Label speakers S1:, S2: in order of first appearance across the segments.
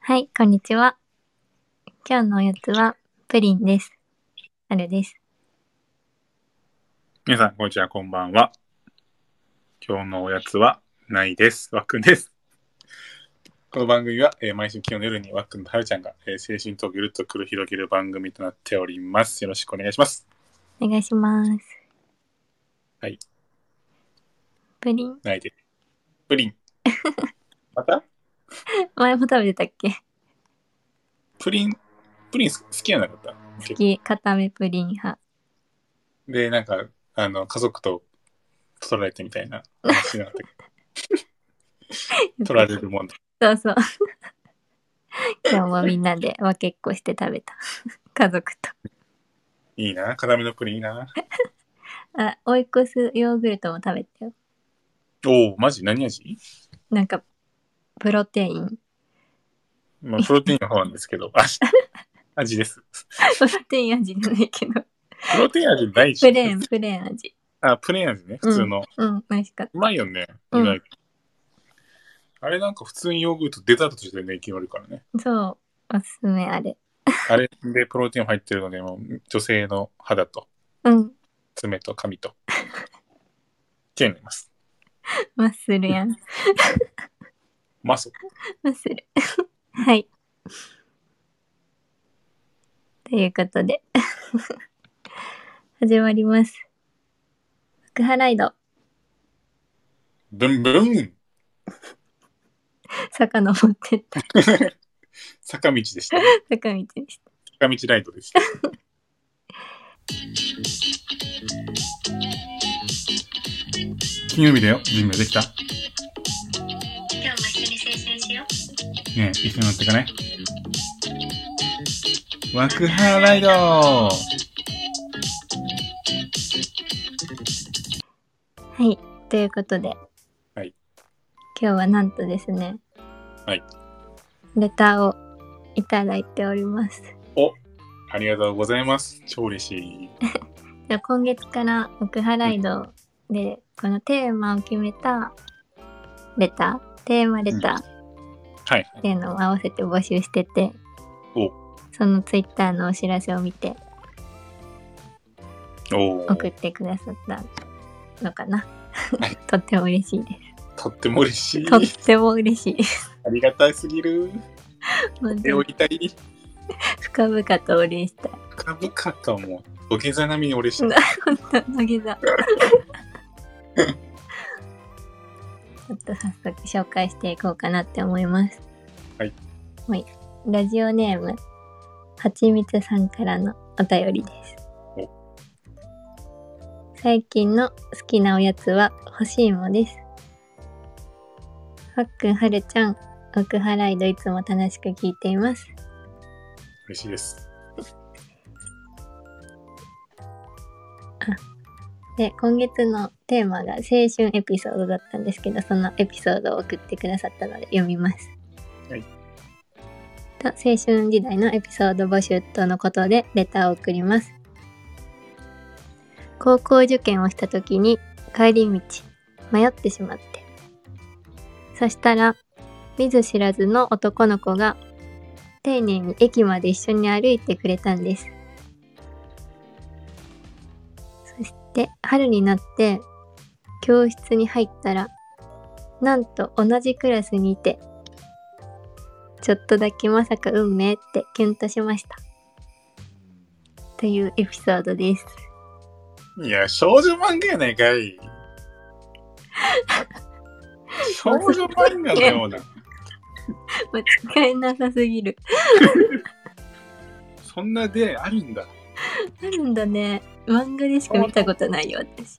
S1: はい、こんにちは。今日のおやつは、プリンです。あれです。
S2: 皆さん、こんにちは、こんばんは。今日のおやつはないです。わっくんです。この番組は、えー毎週金曜の夜にわっくんとはるちゃんが、えー、青春トークをゆるっと繰り広げる番組となっております。よろしくお願いします。
S1: お願いします。
S2: はい。
S1: プリン、
S2: ないです。プリン。また
S1: 前も食べてたっけ
S2: プリン、プリンす好きやなかった
S1: 好き、固めプリン派。
S2: で、なんか、あの、家族と取られてみたいな話しなかったけど取られるもんだ。
S1: そうそう。 今日もみんなで分けっこして食べた。家族と。
S2: いいな、固めのプリンいいな。
S1: あ、オイコスヨーグルトも食べたよ。
S2: おお、マジ何味
S1: なんか、プロテイン。
S2: まあ、プロテインの方なんですけど、あ味です。
S1: プロテイン味じゃないけど。
S2: プロテイン味ないし。
S1: プレーン、プレーン味。
S2: あ、プレーン味ね。普通の。
S1: うん、美味しかった。
S2: うまいよね。意
S1: うん
S2: 外と。あれなんか普通にヨーグルトデザートとしてね、決まるからね。
S1: そう、おすすめあれ。
S2: あれでプロテイン入ってるので、もう女性の肌と
S1: うん、
S2: 爪と髪と、綺麗になります。
S1: マッスルやん。
S2: まあそう。
S1: マッスル。 はい。ということで、 始まります。福ハライド、
S2: ブンブン
S1: 遡ってった
S2: 坂道でした。
S1: 坂道でした。
S2: 坂道ライドでした。金曜日だよ。準備はできた
S1: 今日も一緒に青春しよ
S2: ねえ、一緒に乗ってかね。ワクハライド
S1: う。はい。ということで、
S2: はい
S1: 今日はなんとですね、
S2: はい。
S1: レターをいただいております。
S2: ありがとうございます。超嬉しい。
S1: じゃあ今月から奥ハライドでこのテーマを決めたレターテーマレタ
S2: はい。
S1: ーっていうのを合わせて募集してて、
S2: お
S1: そのツイッターのお知らせを見て
S2: お
S1: 送
S2: ー
S1: ってくださったのかな
S2: はい。
S1: とっても嬉しいで
S2: とっても嬉しい。
S1: す。とっても嬉しいです。
S2: ありがたいすぎる。
S1: 本
S2: 手
S1: 当
S2: を
S1: に
S2: 痛い。深
S1: 深々とお礼したい。
S2: 々ともう、土下座並みに嬉しい。
S1: 本当乃木座。ちょっと早速紹介していこうかなって思います。
S2: はい。
S1: はい。ラジオネーム、はちみつさんからのお便りです
S2: お。
S1: 最近の好きなおやつは欲しいもです。はっくんはるちゃん、奥ハライドいつも楽しく聞いています。
S2: 嬉しいです。
S1: で今月のテーマが青春エピソードだったんですけどそのエピソードを送ってくださったので読みます。
S2: はい
S1: と青春時代のエピソード募集とのことでレターを送ります。高校受験をした時に帰り道迷ってしまってそしたら見ず知らずの男の子が丁寧に駅まで一緒に歩いてくれたんです。そして春になって教室に入ったらなんと同じクラスにいてちょっとだけまさか運命ってキュンとしましたというエピソードです
S2: いや、少女漫画やないかい。少女漫画のような。
S1: 間違いなさすぎる
S2: そんな出会いあるんだ。
S1: あるんだね漫画でしか見たことないよ私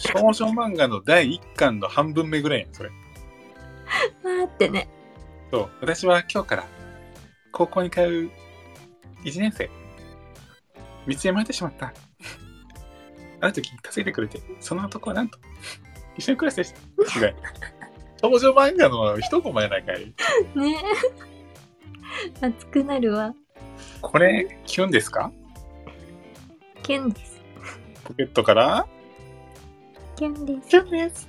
S2: 少女漫画の第1巻の半分目ぐらいやん、それ。
S1: わーってね
S2: そう、私は今日から高校に通う1年生。道へ迷ってしまった。ある時助けてくれて、その男はなんと、一緒に暮らしてした。 みたいな少女漫画の一コマやないかい。
S1: ね 熱くなるわ
S2: これ、キュンですか
S1: キュンです
S2: ポケットから
S1: キュンです
S2: キュンです。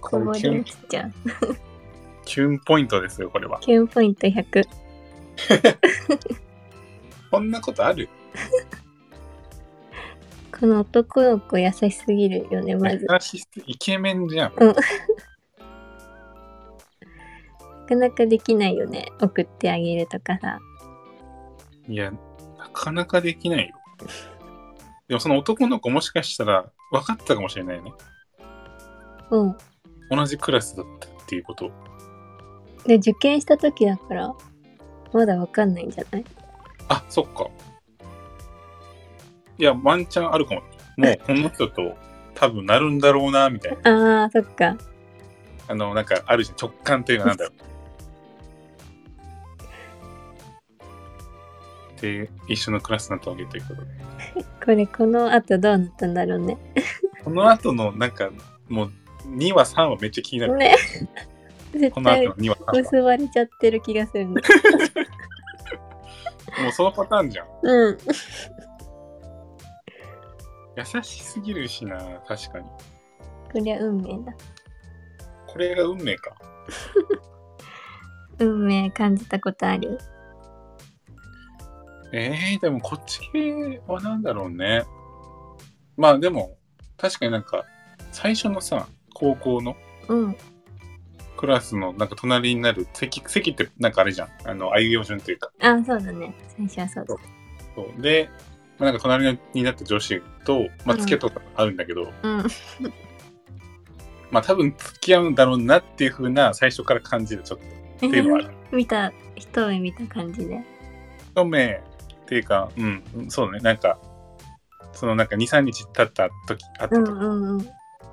S2: こ
S1: こぼ
S2: う
S1: れ
S2: いうキュン
S1: 落ちちゃう
S2: キュンポイントですよ、これは。
S1: キュンポイント100。
S2: こんなことある
S1: この男の子優しすぎるよね、まず。
S2: 優しすイケメンじゃん。
S1: なかなかできないよね。送ってあげるとかさ。
S2: いや、なかなかできないよ。でもその男の子もしかしたら分かったかもしれないよね。
S1: うん。
S2: 同じクラスだったっていうこと。
S1: で、受験した時だから、まだわかんないんじゃない
S2: あ、そっか。いや、ワンチャンあるかも。もうこの人と多分なるんだろうな、みたいな。
S1: ああ、そっか。
S2: あの、なんかあるじゃん。直感というかなんだろう。で、一緒のクラスになったわけということで。
S1: これ、この後どうなったんだろうね。
S2: この後のなんか、もう2話3話めっちゃ気になる。
S1: ね。絶
S2: この後
S1: 対
S2: の2話3話。
S1: 結ばれちゃってる気がするね。
S2: もうそのパターンじゃん。
S1: うん。
S2: 優しすぎるしな、確かに。
S1: こりゃ運命だ。
S2: これが運命か。
S1: 運命感じたことある
S2: えー、でもこっち系はなんだろうね。まあでも、確かになんか、最初のさ、高校の
S1: うん。
S2: クラスのなんか隣になる席、席ってなんかあれじゃん。あの、愛用順というか。
S1: ああ、そうだね。最初はそうだ。
S2: そうで、まあ、なんか隣になった女子と、ま
S1: う
S2: あ、
S1: ん
S2: 付き合ったことあるんだけど、
S1: うん。
S2: まあ多分付き合うんだろうなっていう風な最初から感じる、ちょっと。っていうのはある。
S1: 見た、一目見た感じで。
S2: 一目っていうか、うん、うんそうだね。なんか、そのなんか2、3日経った時、あった
S1: う
S2: 時
S1: んうんうん。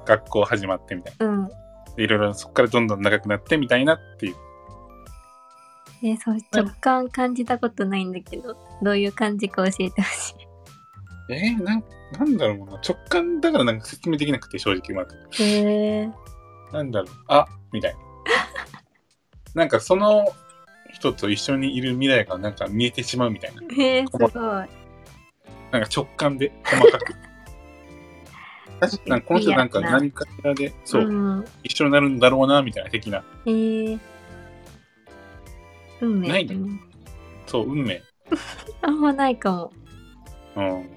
S2: 学校始まってみたいな。
S1: うん。
S2: でいろいろそこからどんどん長くなってみたいなっていう。
S1: えーそう直感感じたことないんだけどどういう感じか教えてほし
S2: えー、なんなんだろうな。直感だからなんか説明できなくて正直うまく。
S1: いへえ
S2: なんだろう。あみたいな。 なんかその人と一緒にいる未来がなんか見えてしまうみたいな。
S1: へえすごい
S2: なんか直感で細か く。確かにこの人なんか
S1: いいやつな
S2: 何かしらで、そう、
S1: うん、
S2: 一緒になるんだろうなみたいな的な。
S1: へえ運命
S2: ない
S1: だ
S2: の
S1: ね
S2: そう、運命。
S1: あんまないかも
S2: うん。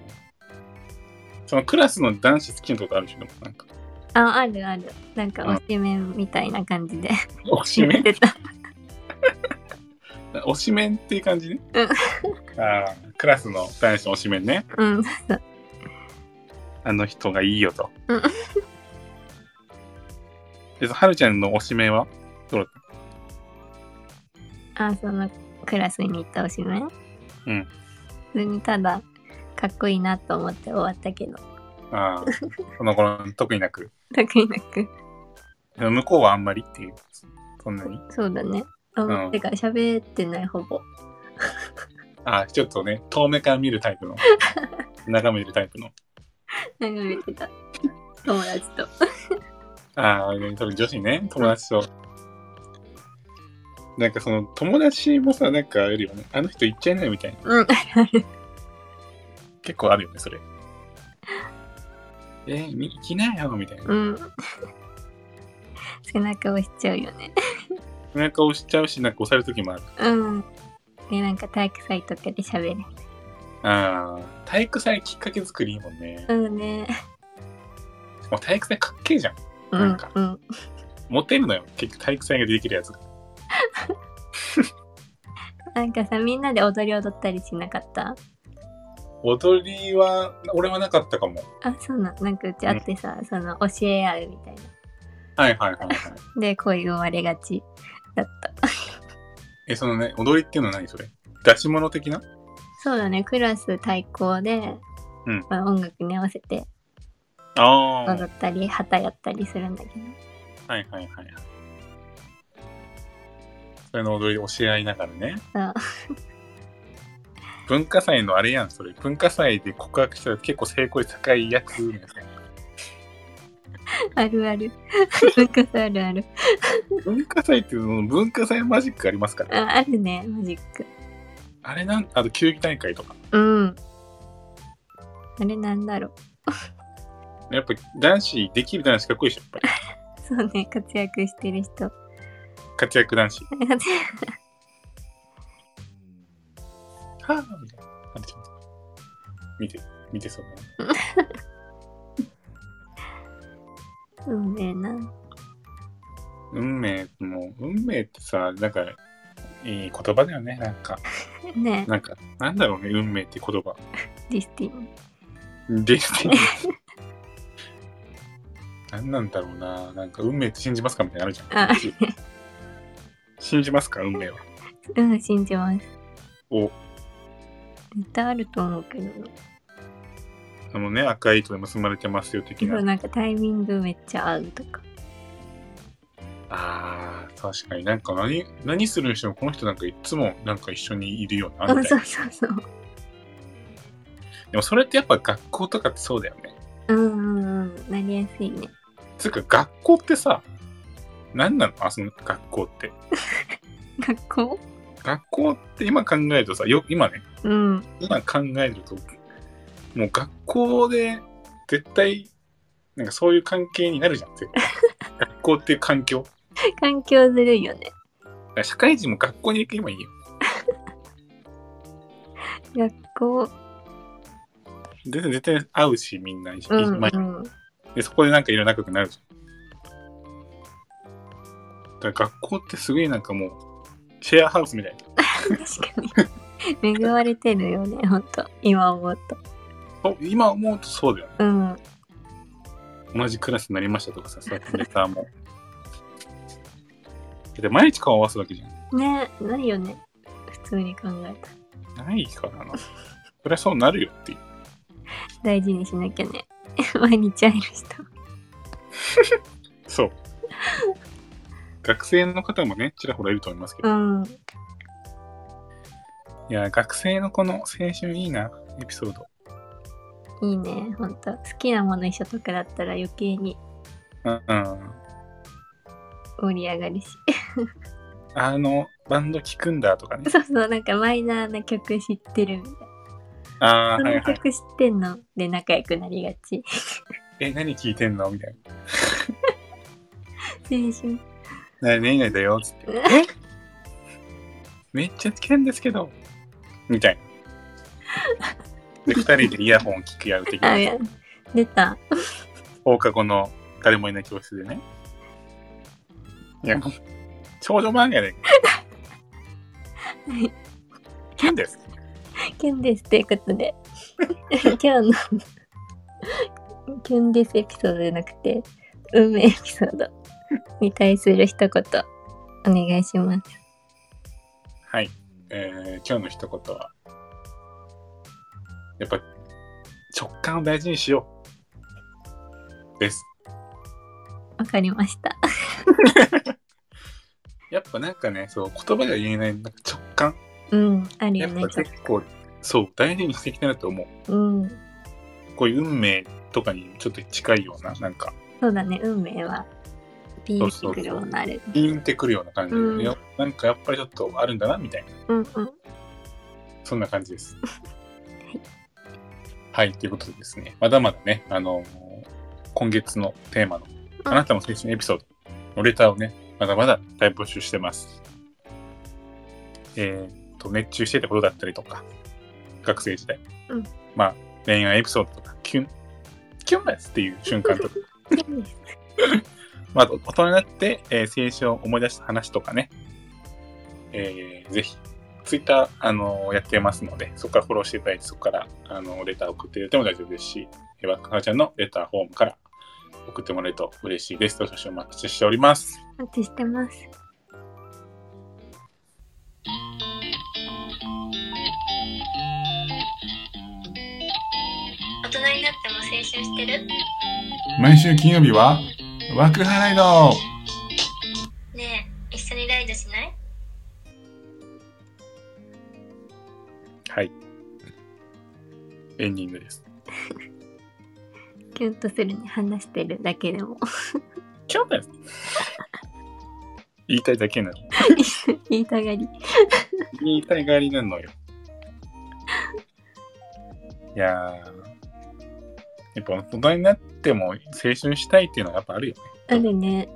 S2: そのクラスの男子好きなことあるし、でもな んか。
S1: ああるあるなんか推しメンみたいな感じで
S2: おし
S1: 言
S2: め
S1: ってた
S2: 推しメンっていう感じね。
S1: うん
S2: ああ、クラスの男子の推しメンね。
S1: うん
S2: あの人がいいよと。
S1: うん
S2: で、はるちゃんの推しメンは
S1: あそのクラスに行った推しメン
S2: うん
S1: 普通にただかっこいいなと思って終わったけど
S2: ああ、その頃特になく。
S1: 特になく
S2: でも向こうはあんまりっていう。そんなに。
S1: そうだねあ、
S2: うん
S1: てか喋ってないほぼ
S2: ああ、ちょっとね、遠目から見るタイプ の。眺めるタイプの。
S1: 眺めてた友達と
S2: ああ、ね、それ女子ね、友達と。なんかその友達もさ、なんかあるよね。あの人行っちゃいないみたいな。
S1: うん
S2: 結構あるよね、それ。えー、み行きなよ、みたいな。
S1: うん背中押しちゃうよね
S2: 背中押しちゃうし、なんか押される時もある。
S1: うんでなんか体育祭とかで喋る
S2: ああ、体育祭きっかけ作りいいもんね。
S1: うんね
S2: もう体育祭かっけえじゃん。
S1: う
S2: なん
S1: ん
S2: か
S1: うん
S2: モテるのよ、結局体育祭ができるやつが。
S1: なんかさみんなで踊り踊ったりしなかった
S2: 踊りは、俺はなかったかも。
S1: あそうなんなんかうちあってさ、その教え合うみたいな
S2: はいはいはいはい。
S1: で恋生まれがちだった
S2: え、そのね、踊りっていうのは何それ出し物的な
S1: そうだねクラス対抗で、
S2: うん
S1: まあ、音楽に合わせて
S2: ああー。
S1: 踊ったり旗やったりするんだけど
S2: はいはいはいはい。それの踊りを教え合いながらね。
S1: そう
S2: 文化祭のあれやん、それ。文化祭で告白したら結構成功率高いやつみたいな。
S1: ある ある文化祭あるある
S2: 文化祭っていうの、文化祭マジックありますから。
S1: ああるねマジック
S2: あれなん、あと球技大会とか。
S1: うん。あれなんだろう。
S2: やっぱ男子、できる男子かっこいいでしょ、やっぱり。
S1: そうね、活躍してる人。
S2: 活躍男 子。
S1: なんか
S2: はぁみたいな感じ。見て、見てそうだな。
S1: 運命な。
S2: 運命、もう、運命ってさ、なんか、いい言葉だよね。なんか、
S1: ね
S2: なんか、なんだろうね、運命って言葉。
S1: ディスティン。
S2: ですね。何なんだろうな。なんか、運命って信じますかみたいなのあるじゃん。
S1: ああ
S2: 信じますか運命は。
S1: うん、信じます。
S2: お、
S1: 絶対あると思うけど。
S2: あのね、赤い糸で結ばれてますよ、的
S1: 今
S2: な
S1: 日。なんかタイミングめっちゃ合うとか。
S2: あー、確かになんか何、何するにしても、この人なんかいつもなんか一緒にいるよな、
S1: うん、
S2: み
S1: そ
S2: たいな。
S1: うそうそう。
S2: でも、それってやっぱ学校とかってそうだよね。
S1: うんうんうん。なりやすいね。
S2: つうか、学校ってさ、何なのあ、その学校って。
S1: 学校
S2: 学校って今考えるとさ、よ、今ね、
S1: うん。
S2: 今考えるともう学校で絶対なんかそういう関係になるじゃん 絶対学校っていう環境
S1: 環境ずるいよね。
S2: だから社会人も学校に行けばいいよ
S1: 学校。
S2: 絶対絶対会うしみんな、一
S1: うん、う
S2: 毎日
S1: ん。
S2: でそこでなんかいろんな仲良くなるじゃんだから学校ってすごいなんかもうシェアハウスみたいな
S1: 確かに。恵まれてるよね、ほんと。今思うと。
S2: お今思うとそうだよね
S1: うん。
S2: 同じクラスになりましたとかさそうやってレターも だって毎日顔合わすわけじゃん
S1: ねないよね。普通に考えたら。
S2: ないからな。そりゃそうなるよっていう。
S1: 大事にしなきゃね。 毎日会える人。
S2: そう。学生の方もね、ちらほらいると思いますけど。
S1: うん。
S2: いや、学生のこの青春いいな、エピソード。
S1: いいね、ほんと。好きなもの一緒とかだったら余計に
S2: うん。うん
S1: 盛り上がるし。
S2: あの、バンド聴くんだとかね。
S1: そうそう、なんかマイナーな曲知ってるみたいな。
S2: ああ、
S1: そ
S2: はい
S1: の
S2: はい。
S1: 曲知ってんので仲良くなりがち。
S2: え、何聴いてんのみたい
S1: 青春。
S2: な。な何々だよ、つって。
S1: うん
S2: えめっちゃ好きなんですけど。みたいな。で、二人でイヤホン聞き合う 的
S1: あ、。
S2: ない
S1: や、出た。
S2: 放課後の誰もいない教室でね。いや、もう少女漫画で。
S1: はい
S2: キュンです。
S1: キュンですということで。 今日の キュンですエピソードじゃなくて、運命エピソードに対する一言、お願いします。
S2: はい。えー今日の一言は、やっぱ直感を大事にしよう。です。
S1: わかりました。
S2: やっぱなんかね、そう、言葉では言えない、なんか直感。
S1: うん、ある
S2: や
S1: よ
S2: っ
S1: ね
S2: ぱ、
S1: ちょっ
S2: 結構、そう、大事にしていきたいなと思う。
S1: と。うん。
S2: こういう運命とかにちょっと近いような、なんか、
S1: そうだね、運命は。ピーってくるものある。
S2: ピンってくるような感じで、
S1: うん
S2: いやなんかやっぱりちょっとあるんだな、みたいな。
S1: うんうん。
S2: そんな感じです。はい、ということでですね、まだまだね、あのー今月のテーマの、あなたの青春エピソードのレターをね、まだまだ大募集してます。えーっと、熱中してたことだったりとか、学生時代、
S1: うん
S2: まあ、恋愛エピソードとか、キュン、キュンですっていう瞬間とか、
S1: キュンです
S2: まあ、あと大人になって、えー青春を思い出した話とかね、えーぜひ、ツイッター、あのーやってますので、そこからフォローしていただいて、そこから、あのーレターを送っていただいても大丈夫ですし、えー、わっかちゃんのレターフォームから送ってもらえると嬉しいです。どうぞお待ちしております。
S1: お待ちしてます。大人になっても青春してる
S2: 毎週金曜日は、ワークハライド
S1: ねえ、一緒にライドしない
S2: はい。エンディングです。
S1: キュンとするに話してるだけでも
S2: 今日 です。言いたいだけなの。
S1: 言いたがり。
S2: 言いたいがりなのよ。いやー、やっぱ大人になっても青春したいっていうのはやっぱあるよね。
S1: あるね。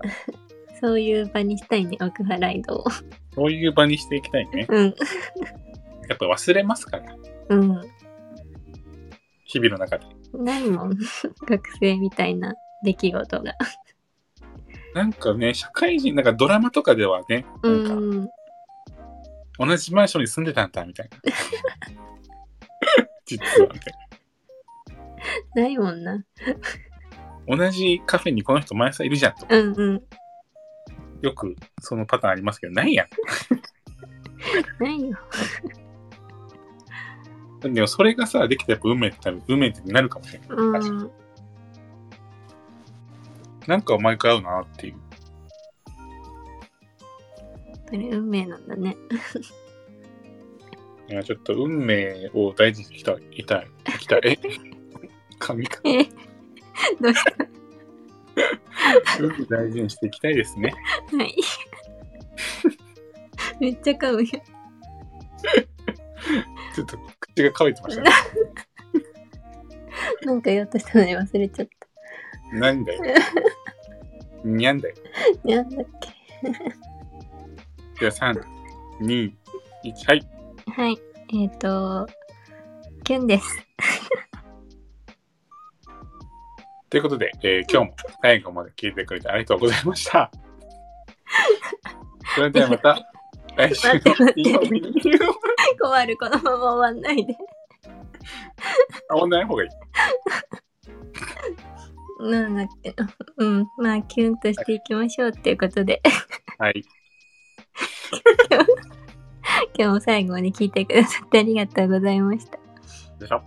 S1: そういう場にしたいね、奥原井戸を。
S2: そういう場にしていきたいね。
S1: うん。
S2: やっぱ忘れますから、
S1: うん。
S2: 日々の中で。
S1: ないもん。学生みたいな出来事が。
S2: なんかね、社会人、なんかドラマとかではね、
S1: う
S2: なんか
S1: ん。
S2: 同じマンションに住んでたんだみたいな。 実はみたい
S1: ないもんな。
S2: な。同じカフェにこの人毎朝いるじゃんとか、
S1: うんうん。
S2: よくそのパターンありますけど、ないやん。
S1: ないよ。
S2: でもそれがさ、できたらやっぱ運命って多分運命ってなるかもしれない。
S1: うん。
S2: なんか毎回会うなっていう。
S1: それ運命なんだね。
S2: いや、ちょっと運命を大事にしたい、いたい、いたい。え神か。
S1: えどうし
S2: 運命大事にしていきたいですね。
S1: たはい。 めっちゃ噛むよ。
S2: ちょっと口が乾いてましたね。
S1: なんか言おうとしたのに忘れちゃっ
S2: なんだよ。にゃんだよ。
S1: た。なんだっけ。
S2: じゃあ3、2、1、はい。
S1: はい。えっ、ー、と、キュンです。
S2: ということで、えー今日も最後まで聞いてくれてありがとうございました。それではまた来週の金曜日に。
S1: 困る、このまま終わんないで。
S2: あ、終わんない方がいい。
S1: なんだっけ。 うん。まあ、キュンとしていきましょうっていうことで、
S2: はい。
S1: 今日も最後まで聞いてくださってありがとうございました。
S2: でしょ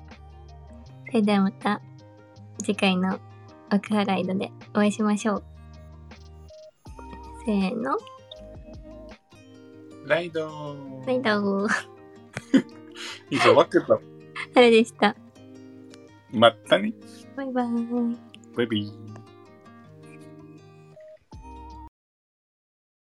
S1: それではまた、次回の奥原井戸でお会いしましょう。せーの、
S2: ライドー。
S1: はい、 どうも、
S2: 以上、ワックと、
S1: あれでした。
S2: まったね。
S1: バイバーイ。
S2: バイビー。